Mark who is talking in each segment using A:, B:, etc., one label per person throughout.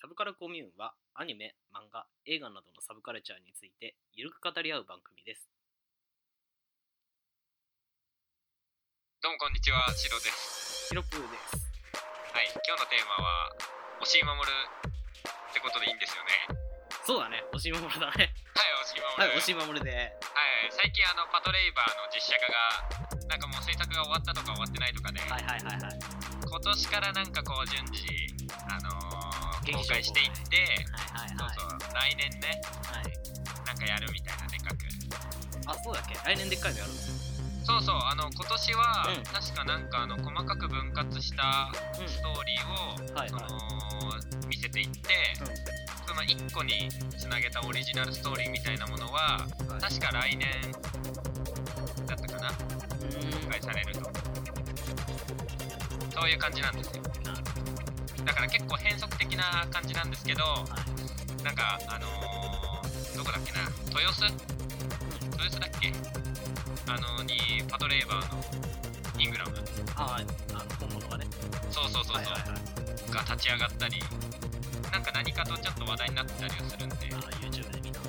A: サブカルコミューンはアニメ、漫画、映画などのサブカルチャーについてゆるく語り合う番組です。
B: どうもこんにちは、シロです。
A: ヒロプーです。
B: はい、今日のテーマは押井守ってことでいいんですよね。
A: そうだね、押し守だね。
B: はい、押井
A: はい、押し守
B: 守。
A: で。
B: はい最近あのパトレイバーの実写化がなんかもう制作が終わったとか終わってないとかで、
A: はいはいはいはい。
B: 今年からなんかこう順次あのー
A: 劇場公
B: 公
A: 開
B: 開していって、
A: はいはい
B: そう
A: はい。
B: そう来年ね
A: はい、
B: なんかやるみたいなでかく。
A: あ、そうだっけ来年でっかいのやるの
B: そうそうあの今年は、
A: うん
B: 確かなんかあの細かく分割したス
A: う
B: トーリーを、
A: ん。はい
B: そ
A: はい。
B: の見せていって。
A: う
B: その1個につなげたオリジナルストーリーみたいなものは
A: ん。はい
B: 確か来年だったかな公開されるとそういう感じなんですよ
A: なる
B: だから結構変則的な感じなんですけど
A: はい
B: なんかあのーどこだっけな豊洲豊洲だっけあのにパトレーバーのイングラム
A: あーあの、本物がね。
B: そうそうそうそう、
A: はいはいはい。
B: が立ち上がったりなんか何かとちょっと話題になってたりはするんで
A: あー YouTube で見た。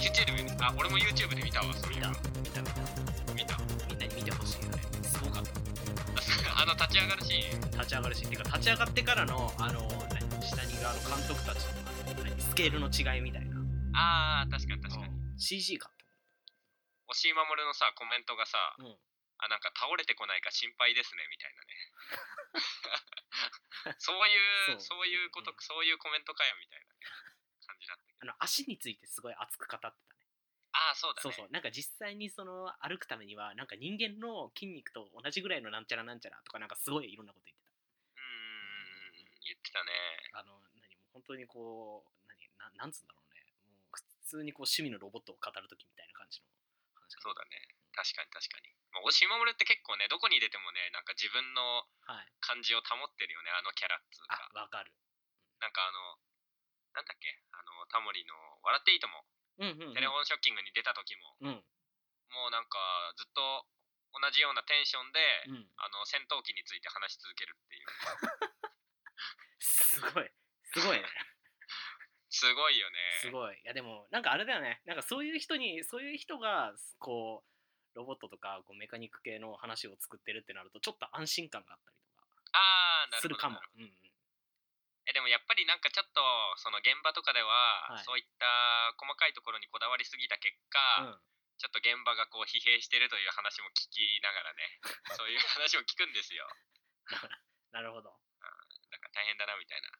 B: YouTube であ俺も YouTube で見たわそうい
A: 見
B: う
A: た
B: の。
A: 見た見た。
B: 見た
A: みんなに見てほしいよね。すごかった。
B: あの立ち上がるシーン
A: 立ち上がるし、てか立ち上がってからの、あの、何下にいるあの監督たちとか、何スケールの違いみたいな。
B: ああ確かに確かに
A: CG か
B: 押井守のさコメントがさ
A: と思う。
B: あなんか倒れてこないか心配ですねみたい なねそういう
A: そ
B: そうういうこと、
A: うん
B: そういうコメントかよみたいな感じだった
A: あの足についてすごい熱く語ってたね。
B: ああそうだね
A: そうそう。なんか実際にその歩くためには、なんか人間の筋肉と同じぐらいのなんちゃらなんちゃらとか、なんかすごいいろんなこと言って
B: うーん言ってたね
A: た。あの、何もう本当にこう、何ななんつうんだろうね。もう普通にこう趣味のロボットを語るときみたいな感じの話か
B: そうだね確かに確かに、まあ、押井守って結構ねどこに出てもねなんか自分の
A: な。はい。
B: 感じを保ってるよねあのキャラっつうか
A: あ、わかる。
B: なんかあのなんだっけあのタモリの「笑っていいとも」
A: うんうん、うん。
B: テレフォンショッキングに出た時も
A: うん。
B: もうなんかずっと同じようなテンションで、
A: うん。
B: あの戦闘機について話し続けるっていう
A: すごい。すごいね。
B: すごいよね
A: すごい。いやでもなんかあれだよね。なんかそういう人にそういう人がこうロボットとかこうメカニック系の話を作ってるってなるとちょっと安心感があったり
B: あ
A: と
B: あな
A: かする
B: るほど
A: かも
B: なるほど。
A: うんうん。
B: えでもやっぱりなんかちょっとその現場とかで
A: は
B: は、
A: い
B: そういった細かいところにこだわりすぎた結
A: うん
B: 果、ちょっと現場がこう疲弊してるという話も聞きながらね そういう話を聞くんですよ
A: なるほど。
B: だから大変だなみたいな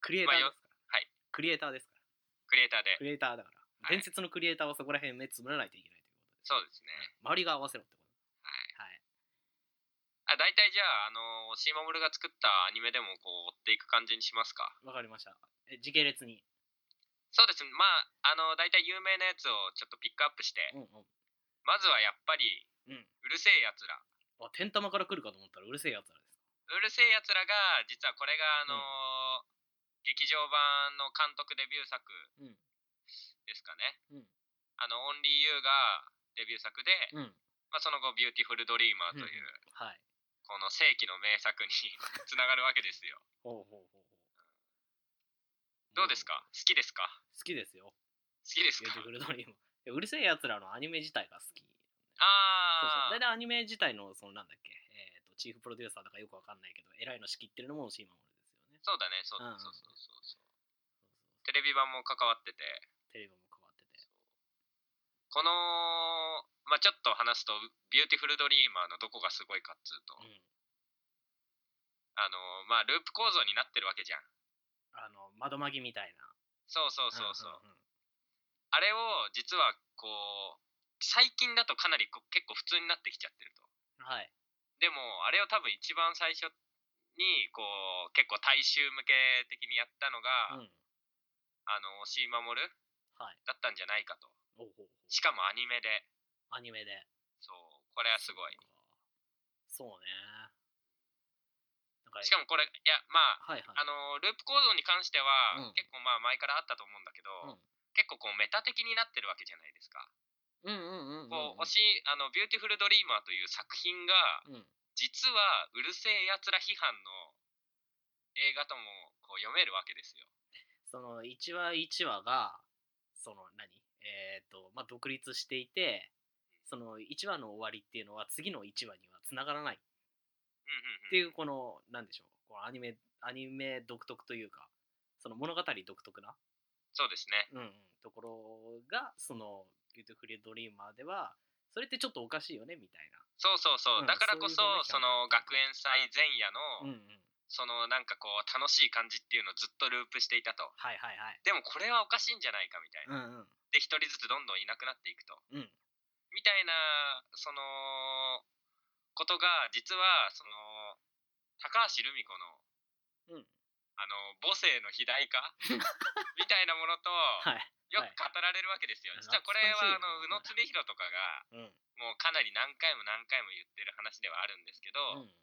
A: クリエイターですから。
B: まあよはい。
A: クリエイターですから。
B: クリエイターで
A: クリエイターだから。
B: はい
A: 伝説のクリエイターはそこら辺目つぶらないといけないというこ
B: そうですね
A: とで。周りが合わせろってこ
B: はい
A: と。はい。
B: あ大体じゃああの押井守が作ったアニメでもこう追っていく感じにしますか
A: わかりました。え時系列に。
B: そうですねまああの大体有名なやつをちょっとピックアップして、
A: うんうん。
B: まずはやっぱり
A: うん
B: うるせえやつら
A: あ、天玉から来るかと思ったらうるせえやつらです。
B: うるせえやつらが実はこれがあのー劇場版の監督デビュー作
A: うん
B: ですかね、
A: うん
B: あのオンリーユーがデビュー作で、
A: うん。
B: まあ、その後「ビューティフルドリーマー」とい
A: うんう
B: う、
A: んはい。
B: この世紀の名作に つながるわけですよ
A: ほうほうほうほう。
B: どうですか好きですか
A: 好きですよ。
B: 好きです
A: ビュー
B: か
A: ティフルドリーム。いやうるせえやつらのアニメ自体が好き。そうそう
B: ああ
A: 大体アニメ自体の、そのなんだっけ、えーと、チーフプロデューサーだかよくわかんないけど、偉いの仕切ってるのもシーマモルですよね。
B: そうだねそう
A: うんうん
B: そうそうそうそうテレビ版も関わってて
A: テレビも変わってて。
B: この、まあ、ちょっと話すと「ビューティフルドリーマー」のどこがすごいかっつうと、
A: うん。
B: あのまあループ構造になってるわけじゃん
A: あの、窓まぎみたいな。
B: そうそうそうそう,、
A: んんん
B: あれを実はこう最近だとかなりこ結構普通になってきちゃってると
A: はい。
B: でもあれを多分一番最初にこう結構大衆向け的にやったの
A: う
B: が、
A: ん。
B: あの押井守
A: はい。
B: だったんじゃないかと
A: おうほうほう
B: しかもアニメで
A: アニメで。
B: そうこれはすごい
A: そうね。なんか、
B: しかもこれいやまあ
A: はいはい。
B: あのループ構造に関しては、
A: うん
B: 結構まあ前からあったと思うんだけ
A: うん
B: ど、結構こうメタ的になってるわけじゃないですか。
A: うんうんうんうんうん。
B: こう推しあのビューティフルドリーマーという作品が
A: うん。
B: 実はうるせえやつら批判の映画ともこう読めるわけですよ。
A: その1話1話がその何えっ、とまあ独立していてその1話の終わりっていうのは次の1話にはつながらないっ
B: うんうんうん
A: ていうこのなんでしょうこのアニメアニメ独特というかその物語独特な、
B: そうですね。
A: うんうん、ところがその「ビューティフル・ドリーマー」ではそれってちょっとおかしいよねみたい
B: そうそうそうう。
A: ん
B: だからこそ、
A: そ
B: そ
A: いう
B: う
A: の
B: の
A: が
B: 学園祭前夜
A: な、うんう
B: の、
A: ん、
B: そのなんかこう、楽しい感じっていうのをずっとループしていたと。
A: はいはいはい
B: でもこれはおかしいんじゃないかみたいな。
A: うんうん
B: で、一人ずつどんどんいなくなっていくと。
A: うん
B: みたいな、その、ことが、実は、その、高橋留美子の、
A: うん
B: あの、母性の肥大化みたいなもの と、
A: はい
B: よく語られるわけですよ。
A: はい
B: 実はこれは、あ
A: 懐
B: の、宇野
A: か
B: 常弘とかが、
A: うん
B: もうかなり何回も何回も言ってる話ではあるんですけ
A: う
B: ど、
A: ん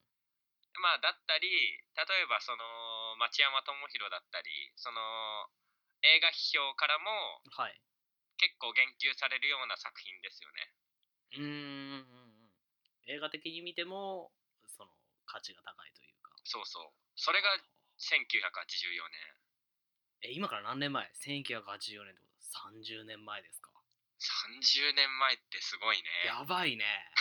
B: まあだったり例えばその町山智博だったりその映画批評からも
A: はい
B: 結構言及されるような作品ですよね。
A: うーんうんうん映画的に見てもその価値が高いというか
B: そうそう。それが1984年。
A: え今から何年前 ?1984 年ってこと30年前ですか、
B: 30年前ってすごいね。
A: やばいね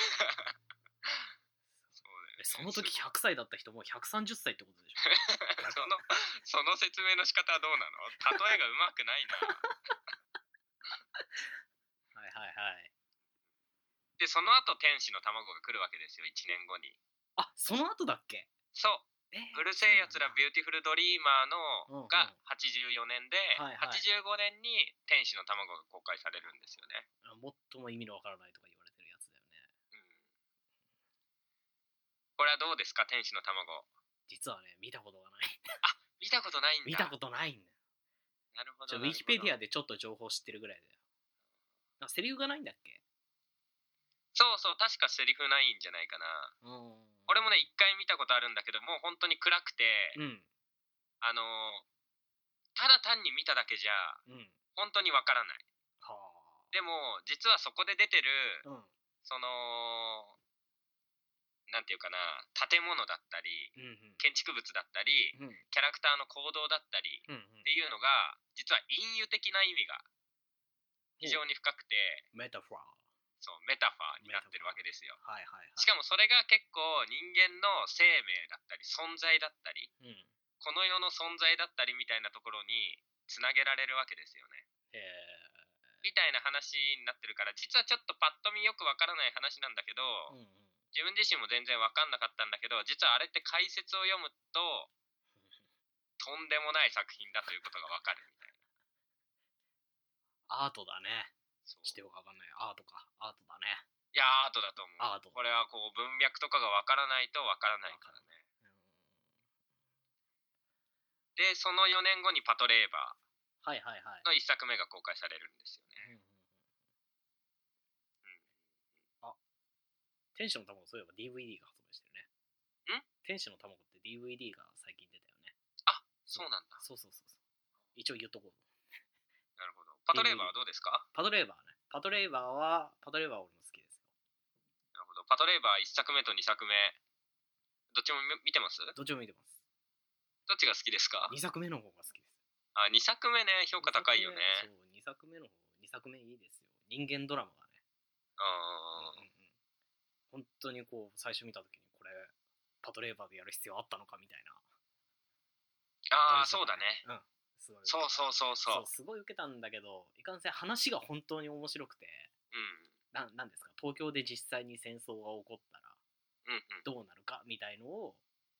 B: そうだよね
A: えその時
B: すごい
A: 100歳だった人もう130歳ってことでしょ
B: そのその説明の仕方はどうなの例えがうまくないな。
A: はいはいはい
B: でその後天使の卵が来るわけですよ1年後に。
A: あその後だっけ
B: そう
A: え
B: うるせえやつら
A: そう
B: ビューティフルドリーマー
A: うんうん
B: のが84年で、
A: はいはい
B: 85年に天使の卵が公開されるんですよね。
A: なんだ最も意味のわからないとか言われてるやつだよね
B: うんこれはどうですか天使の卵。
A: 実はね見たことがない
B: 見たことないんだ。
A: 見たことないんだよ
B: なるほ
A: ち
B: ど
A: ょウィキペディ
B: ア。
A: アでちょっと情報知ってるぐらいだよなんかセリフがないんだっけ
B: そうそう、確かセリフないんじゃないかな。
A: うん
B: 俺もね、一回見たことあるんだけど、もう本当に暗くて、
A: うん
B: あのーただ単に見ただけじゃ、
A: うん
B: 本当にわからない。
A: は
B: でも、実はそこで出てる、
A: あうん
B: そのなんていうかな建物だったり
A: うん
B: 建築物だったり
A: うんうん
B: キャラクターの行動だったり
A: うんうん
B: っていうのが実は隠喩的な意味が非常に深くて
A: メタファー
B: そうメタファーになってるわけですよ
A: はいはいはい
B: しかもそれが結構人間の生命だったり存在だった
A: うん
B: りこの世の存在だったりみたいなところにつなげられるわけですよ
A: え
B: ねみたいな話になってるから実はちょっとパッと見よくわからない話なんだけど、
A: ーうんうん
B: 自分自身も全然分かんなかったんだけど実はあれって解説を読むととんでもない作品だということが分かるみたいな
A: アートだね。
B: そう
A: してよくわかんない。アートか。アートだね。
B: いやアートだと思う
A: アート。
B: これはこう文脈とかが分からないと分からないからね
A: うん
B: でその4年後に「パトレーバ
A: はいはいはい
B: ー」。の1作目が公開されるんですよ
A: うんうんうん
B: ね
A: あ天使の卵、そういえば DVD が発売してるね。
B: ん
A: 天使の卵って DVD が最近出たよね。
B: そうなんだ
A: そうそうそうそう。一応言っとこう。
B: なるほどパトレーバーはどうですか
A: パトレーバーね。パトレーバーは、パトレーバーは俺も好きですよ。
B: なるほどパトレーバー1作目と2作目どっちも見見てます
A: どっちも見てます。
B: どっちが好きですか
A: 2作目の方が好きです。
B: あ2作目ね評価高いよね
A: 2作目そう、2作目の方、2作目いいですよ。人間ドラマがね。うんうんうん本
B: うん
A: 当にこう最初見た時にこれパトレーバーでやる必要あったのかみたいな感
B: ああ
A: じ
B: そ
A: が
B: うだね
A: うんすごい
B: そうそうそうそう
A: そうすごい受けたんだけどいかんせん話が本当に面白くてななんですか東京で実際に戦争が起こったら
B: うんうんうん
A: どうなるかみたいのを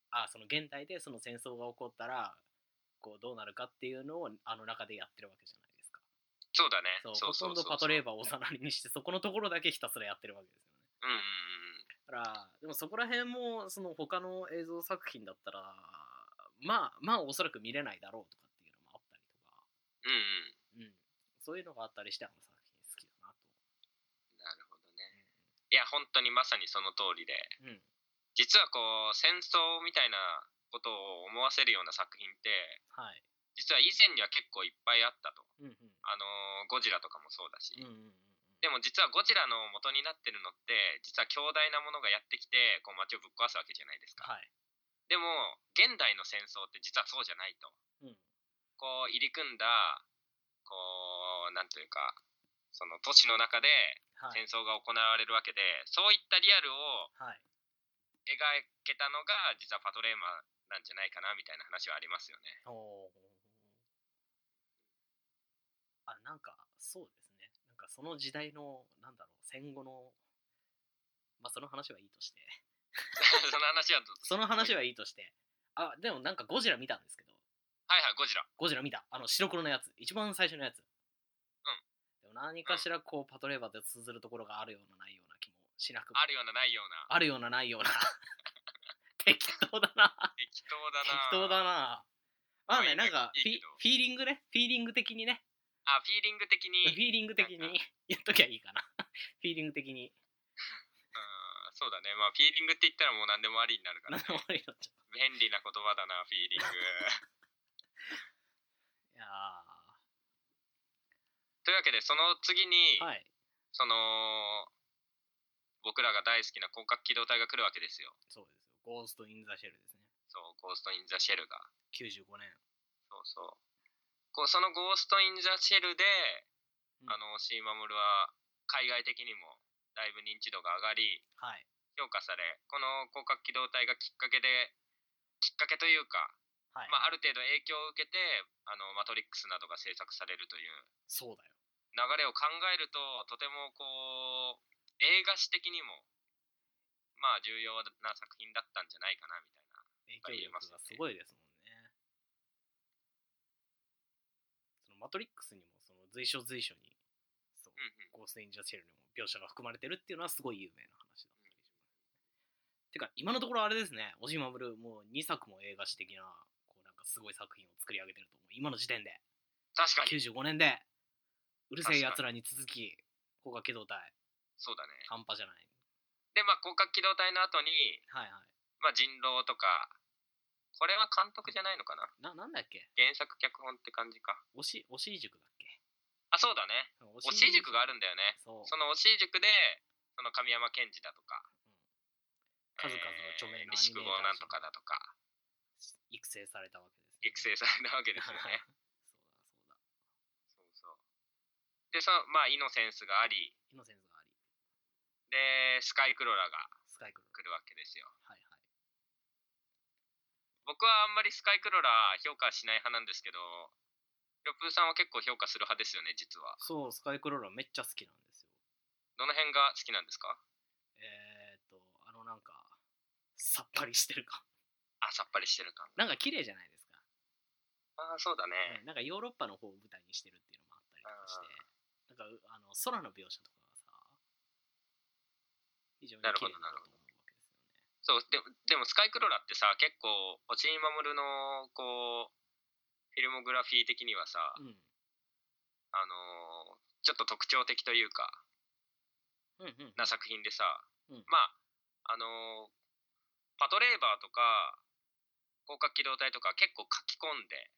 A: あその現代でその戦争が起こったらこうどうなるかっていうのをあの中でやってるわけじゃないですか
B: そうだね
A: そう
B: そうそう
A: ほとんどパトレー
B: バ
A: バー
B: ー
A: をおざなりにしてそこのところだけひたすらやってるわけですよね
B: うんうん
A: だからでもそこら辺もその他の映像作品だったらまあまあおそらく見れないだろうとかっていうのもあったりとか、
B: う
A: う
B: んうんうん
A: ん、そういうのがあったりしてあの作品好きだな
B: なるほどねいや本当にまさにその通りで
A: と、うん、
B: 実はこう戦争みたいなことを思わせるような作品って
A: はい、
B: 実は以前には結構いっぱいあったと
A: うんうん、
B: あのーゴジラとかもそうだし、
A: うんうんうん
B: でも実はゴジラの元になってるのって実は強大なものがやってきてこう街をぶっ壊すわけじゃないですか、
A: はい
B: でも現代の戦争って実はそうじゃないと
A: うん
B: こう入り組んだこうなんというかその都市の中で
A: はい
B: 戦争が行われるわけで、そういったリアルを
A: はい
B: 描けたのが実はパトレーマーなんじゃないかなみたいな話はありますよね。
A: おおあなんかそうですねなんかその時代のなんだろう戦後のまあその話はいいとして
B: その話はど
A: その話はいいとしてあでもなんかゴジラ見たんですけど
B: はいはいゴジラ。
A: ゴジラ見たあの白黒のやつ一番最初のやつうんでも何かしらこうパトレーバーで通ずるところがあるようなないような気もしなくも
B: あるようなないような
A: あるようなない ような適当だな
B: 適当だ
A: 適
B: な。
A: 当だなあね
B: まあ
A: なんか
B: い
A: フィ
B: いけど
A: フィーリングねフィーリング的にね
B: あフィーリング的
A: フ
B: に、うん、
A: ィーリング的に
B: なんか
A: 言っときゃいいかなフィーリング的に
B: そうだねまあフィーリングって言ったらもう何でもありにな るから、
A: 何
B: ね
A: で、もありになっちゃう
B: 便利な言葉だなフィ ーリング。
A: いや
B: というわけでその次に、
A: ーはい
B: その僕らが大好きな広角機動隊が来るわけですよ。
A: そうですよゴースト・イン・ザ・シェルですね
B: そうゴースト・イン・ザ・シェルが。
A: 95年
B: そうそう。こうそのゴースト・イン・ザ・シェルで、
A: うん
B: あの、シーマムルは海外的にもだいぶ認知度が上がり、
A: はい
B: 評価され、この広角機動隊がきっかけで、きっかけというか、
A: はい、
B: まあ、ある程度影響を受けて、あの、マトリックスなどが制作されるという
A: そうだよ
B: 流れを考えると、とてもこう、映画史的にも、まあ、重要な作品だったんじゃないかな、みたいな。
A: 影響力がすごいですもんね。そのマトリックスにもその随所随所にそう、
B: うんうん。
A: ゴースト・イン・ジャ・シェルにも描写が含まれてるっていうのはすごい有名な話だったりします。てか今のところあれですね、オジマブルもう2作も映画史的なこうなんかすごい作品を作り上げてると思う。今の時点で
B: 確かに、
A: 95年でうるせえやつらに続き高架機動隊
B: そうだね。
A: 半端じゃない。
B: で、まあ、広角機動隊の後に、
A: はいはい。
B: まあ、人狼とか、これは監督じゃないのか
A: な
B: な
A: なんだっけ
B: 原作脚本って感じか。
A: 推し推し塾だっけ
B: あ、そうだね。推し塾があるんだよね。
A: そう
B: その推し塾で、その神山健治だとか、
A: 数々の著名なアニメー
B: えー
A: タ
B: 牛久坊
A: ー
B: なんとかだとか、
A: 育成されたわけです、
B: 育成されたわけです よね。
A: そうだそうだ。
B: そうそう。で、その、まあ、イノセンスがあり、
A: イノセンスがあり、
B: で、スカイクロラが
A: スカイクル。
B: 来るわけですよ。
A: はいはい。
B: 僕はあんまりスカイクロラ評価しない派なんですけど、ロプーさんは結構評価する派ですよね、実は。
A: そう、スカイクローラーめっちゃ好きなんですよ。
B: どの辺が好きなんですか
A: えー、っと、あのなんか、さっぱりしてるか。
B: あ、さっぱりしてる感。
A: なんか綺麗じゃないですか。
B: ああ、そうだね。
A: うんなんかヨーロッパの方を舞台にしてるっていうのもあったりとかして、なんかうあの空の描写とかがさ、非常に綺麗だなと思うわけですよね。
B: そうでもでもスカイクロラってさ結構落井守のこうフィルモグラフィー的にはさ、
A: うん。
B: あのーちょっと特徴的というか
A: うんうん、
B: な作品でさ、
A: うん
B: まああのーパトレーバーとか広角機動隊とか結構書き込んで、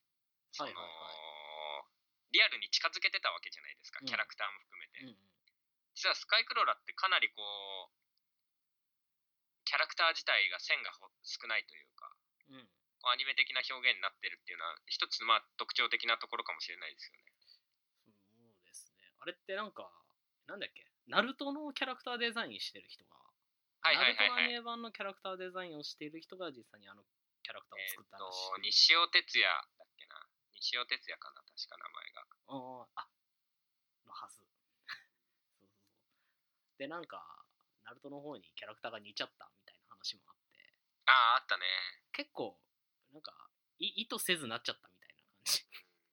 B: そ
A: はいはい
B: の
A: は
B: リアルに近づけてたわけじゃないですか
A: うん
B: キャラクターも含めて、
A: い。うんうん、
B: 実はスカイクロラってかなりこうキャラクター自体が線がほ少ないというか
A: うん、
B: アニメ的な表現になってるっていうのは一つまあ特徴的なところかもしれないですよね。
A: そうですね。あれってなんか、なんだっけ、ナルトのキャラクターデザインしてる人が、
B: はいはいはいはい
A: ナルトのアニメ版のキャラクターデザインをしている人が実際にあのキャラクターを
B: え
A: 作
B: ー
A: っ
B: った
A: ら
B: と
A: しい。
B: 西尾哲也だっけな西尾哲也かな確か名前
A: うん
B: が。
A: あのはず。そうそうそう。で、なんか、ナルトの方にキャラクターが似ちゃったみたいな話もあって、
B: あああったね。
A: 結構、なんか、い意図せずなっちゃったみたいな感じ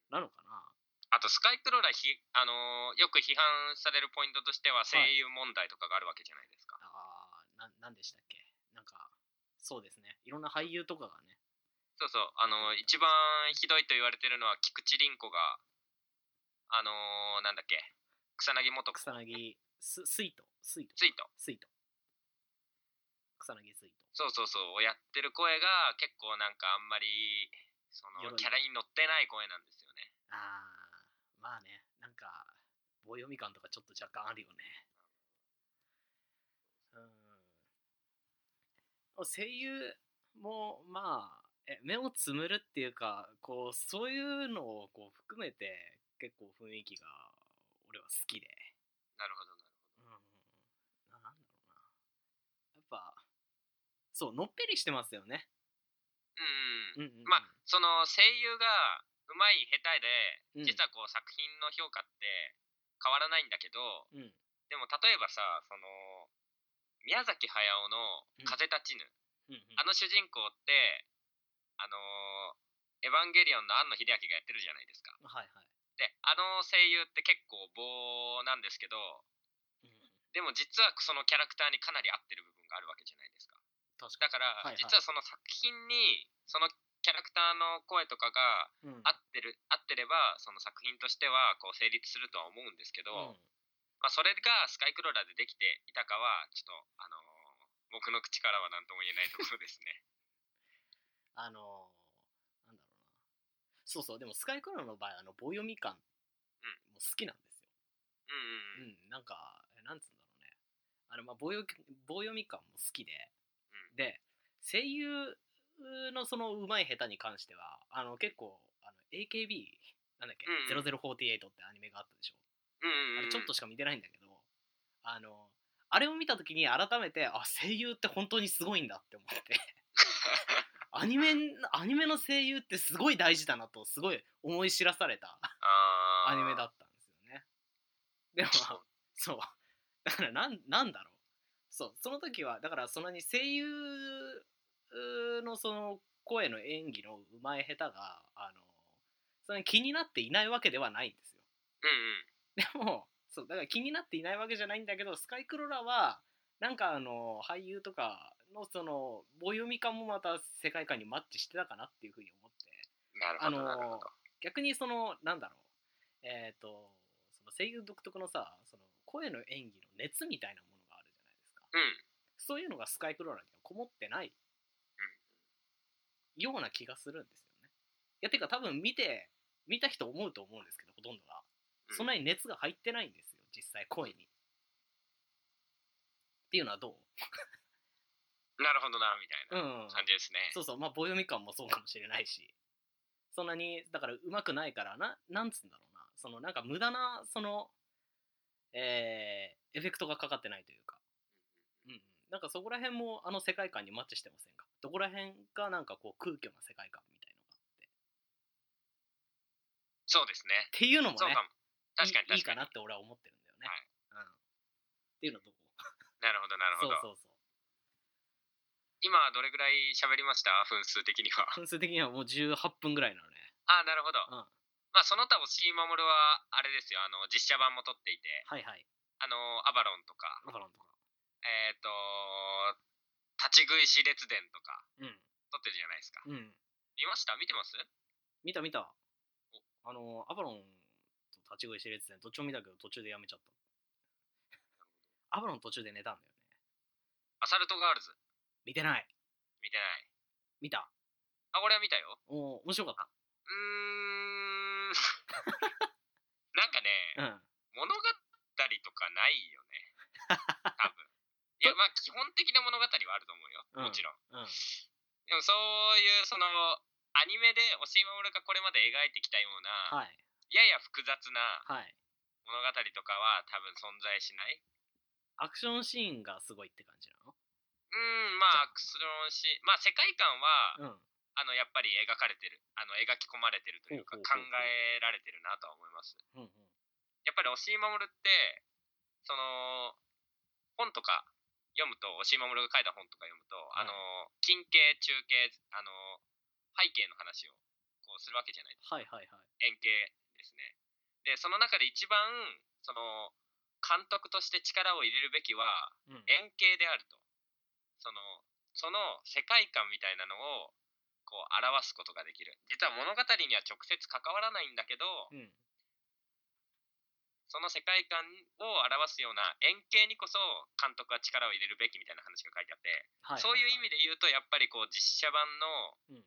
A: なのかな。
B: あとスカイクローラーひ、あのーよく批判されるポイントとしては声優問題とかがあるわけじゃないですか。
A: あーな、なんでしたっけ。なんか、そうですね。いろんな俳優とかがね、
B: そうそうあのー一番ひどいと言われてるのは菊池凛子があのーなんだっけ草薙元子
A: 草薙す水と水と
B: ツイート
A: 水と草薙水と
B: そうそうそうをやってる声が結構なんかあんまりその
A: 鎧
B: キャラに乗ってない声なんですよね
A: あーまあねなんか棒読み感とかちょっと若干あるよねうん声優もまあえ目をつむるっていうかこうそういうのをこう含めて結構雰囲気が俺は好きで、
B: なるほどなる
A: うん、なんだろうなやっぱそうのっぺりしてますよね、
B: ほどうん
A: うんうんうん、
B: まあその声優がうまい下手
A: うん
B: で実はこう作品の評価って変わらないんだけど
A: うん
B: でも例えばさその宮崎駿の「風立ちぬ」
A: うんうん
B: あの主人公ってあのーエヴァンゲリオン」の庵野秀明がやってるじゃないですか
A: はいはい
B: であの声優って結構棒なんですけど
A: うん
B: でも実はそのキャラクターにかなり合ってる部分があるわけじゃないですか
A: 確か
B: だから
A: はいはい
B: 実はその作品にそのキャラクターの声とかが
A: に、うん、
B: 合ってる合ってればその作品としてはこう成立するとは思うんですけど、
A: うん
B: まあ、それがスカイクローラーでできていたかはちょっとあのー僕の口からは何とも言えないところですね。
A: あのーなんだろうなそうそうでもスカイクローの場合あの棒読み感も好きなんですよ、
B: うんうんうん
A: うん、なんかえなんつうんだろうねあのまあ棒読み棒読み感も好きで、
B: うん
A: で声優のそのうまい下手に関してはあの結構あの AKB なんだっけ、
B: うんうん
A: 0048ってアニメがあったでしょ
B: うん
A: あ
B: うんう
A: れ
B: ん
A: ちょっとしか見てないんだけどあのあれを見た時に改めてあ声優って本当にすごいんだって思って アニメアニメの声優ってすごい大事だなとすごい思い知らされた
B: あー
A: アニメだったんですよねでも
B: そう
A: そうだからなんなんだろうそうその時はだからそんなに声優のその声の演技のうまい下手があのそんなに気になっていないわけではないんですよ
B: うんうん
A: でもそうだから気になっていないわけじゃないんだけどスカイクロラはなんかあの俳優とかのその棒読み感もまた世界観にマッチしてたかなっていうふうに思って
B: なるほど
A: あのー
B: なるほど。
A: 逆にそのなんだろうえっ、とその声優独特のさその声の演技の熱みたいなものがあるじゃないですか
B: うん
A: そういうのがスカイクローラーにはこもってないような気がするんですよねいやてか多分見て見た人思うと思うんですけどほとんどが
B: うん
A: そんなに熱が入ってないんですよ実際声にっていうのはどう
B: なるほどなみたいな
A: うん
B: 感じですね。
A: そうそうまあ棒読み感もそうかもしれないしそんなにだからうまくないからななんつうんだろうなそのなんか無駄なそのえーエフェクトがかかってないというかうんうんなんかそこら辺もあの世界観にマッチしてませんかどこら辺がなんかこう空虚な世界観みたいのがあって
B: そうですね。
A: っていうのもね
B: そうかも。確かに確か
A: いい
B: に
A: いいかなって俺は思ってるんだよね、うん、っていうのどう
B: なるほどなるほ
A: そう
B: ど。
A: そうそう
B: 今どれぐらい喋りました分数的には。
A: 分数的にはもう18分ぐらいなのね
B: あーなるほど。
A: うん
B: まあその他押井守はあれですよあの実写版も撮っていて
A: はいはい
B: あのアバロンとか
A: アバロンとか
B: えっ、と立ち食いし列伝とか撮ってるじゃないですか。
A: うんうん
B: 見ました見てます
A: 見た見たあのアバロンと立ち食いしてるやつねどっちも見たけど途中でやめちゃったアバロン途中で寝たんだよね
B: アサルトガールズ
A: 見てない
B: 見てない。
A: 見た
B: あこれは見たよ。
A: おー面白かっ
B: うーん なんかね
A: たうん
B: 物語とかないよね多分いやまあ基本的な物語はあると思うよもちろん、
A: うん
B: でもそういうそのアニメで押井守がこれまで描いてきたよう
A: は
B: な、
A: い
B: やや複雑な
A: はい
B: 物語とかは多分存在しない
A: アクションシーンがすごいって感じ
B: うんまあアクションしまあ世界観
A: なのう
B: は、
A: ん
B: あのやっぱり描かれてるあの描き込まれてるというか
A: ほう
B: 考
A: ほうほうほう
B: えられてるなとは思います
A: うんうん
B: やっぱり押井守ってその本とか読むと押井守が書いた本とか読むと、
A: はい
B: あの近景中景あの背景の話をこうするわけじゃない
A: はいはいはい
B: 円形ですねでその中で一番その監督として力を入れるべきは
A: うん
B: 円形であるとそのその世界観みたいなのをこう表すことができる実は物語には直接関わらないんだけど、
A: うん
B: その世界観を表すような円形にこそ監督は力を入れるべきみたいな話が書いて
A: は
B: あって、そういう意味
A: で
B: で言うとやっぱりこう実写版の
A: うん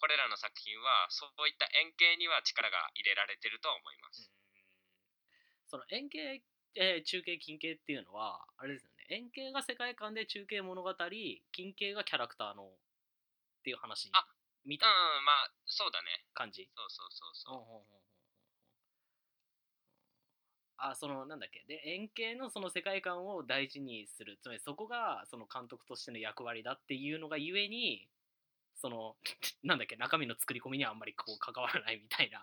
B: これらの作品はそういった円形には力が入れられてるとは思います、
A: その円形、えー中継近景っていうのはあれですよね円形が世界観で中継物語近景がキャラクターのっていう話
B: あ
A: みたいな
B: うん、まあ、そうだね。
A: 感じ。
B: そうそうそ
A: う
B: う
A: ん
B: そう
A: んうんう
B: う。
A: んうんうんあそのなんだっけで円形のその世界観を大事にするつまりそこがその監督としての役割だっていうのがゆえにそのなんだっけ中身の作り込みにはあんまりこう関わらないみたいな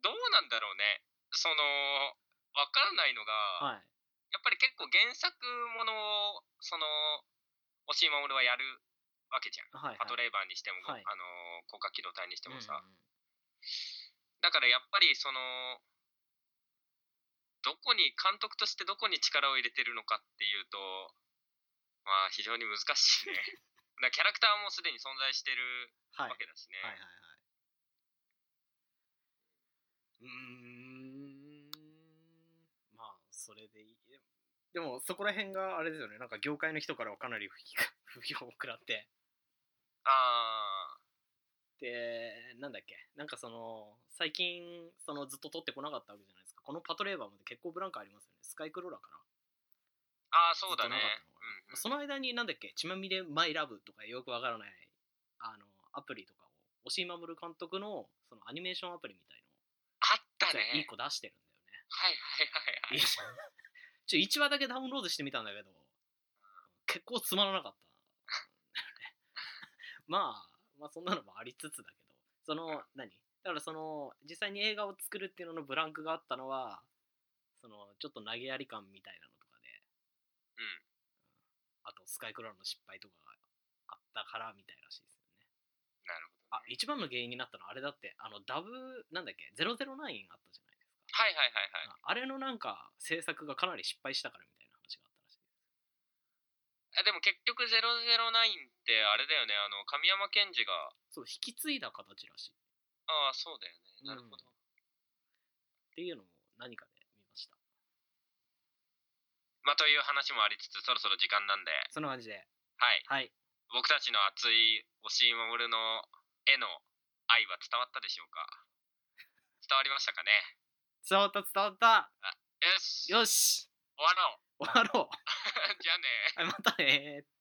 B: どうなんだろうね。その、わからないのが、
A: はい
B: やっぱり結構原作ものを、その、押井守はやるわけじゃん。
A: はいはい
B: パトレーバーにしても、
A: はい
B: あのー高架機動隊にしても
A: う
B: さ、
A: んうんうん
B: だからやっぱりそのどこに監督としてどこに力を入れてるのかっていうとまあ非常に難し いねだからキャラクターもすでに存在してる
A: はい
B: わけだしね、
A: はいはいはい。うーん。まあ、それでいい。でも、そこら辺があれですよね。なんか業界の人からはかなり不評不評を食らって。
B: ああ
A: で、なんだっけ。なんかその、最近、そのずっと撮ってこなかったわけじゃないですか。このパトレーバーも結構ブランクありますよね。スカイクローラーかな。
B: ああそうだ
A: ずっと
B: ね
A: なかったのか
B: うんうん
A: その間になんだっけ、ちまみれマイラブとかよくわからない、あの、アプリとかを、押井守監督の、そのアニメーションアプリみたいのを
B: あった
A: 実は
B: ね
A: いい子出してるんだよね。
B: はいはいはいはい
A: いやちょ1話だけダウンロードしてみたんだけど結構つまらなかった まあまあそんなのもありつつだけどその何だからその実際に映画を作るっていうののブランクがあったのはそのちょっと投げやり感みたいなのとかで
B: うん
A: あとスカイクローラーの失敗とかがあったからみたいらしいですよね
B: なるほ
A: あ
B: ど、ね、
A: 一番の原因になったのはあれだってあのダブなんだっけ009あったじゃないですか
B: はいはいはいは
A: あ
B: い
A: あれのなんか制作がかなり失敗したからみたいな話があったらしい
B: あでも結局009ってあれだよねあの神山健治が
A: そう引き継いだ形らしいっ
B: ああそうだよねなる
A: う
B: ほど、
A: んていうのも何かで見ました
B: まあという話もありつつそろそろ時間なんで
A: そんな感じで
B: はい
A: はい
B: 僕たちの熱い押井守の絵の愛は伝わったでしょうか伝わりましたかね
A: 伝わった伝わった
B: よし
A: よし
B: 終わ
A: 終
B: ろう
A: わろ
B: じゃあ
A: うはい
B: ね
A: またねー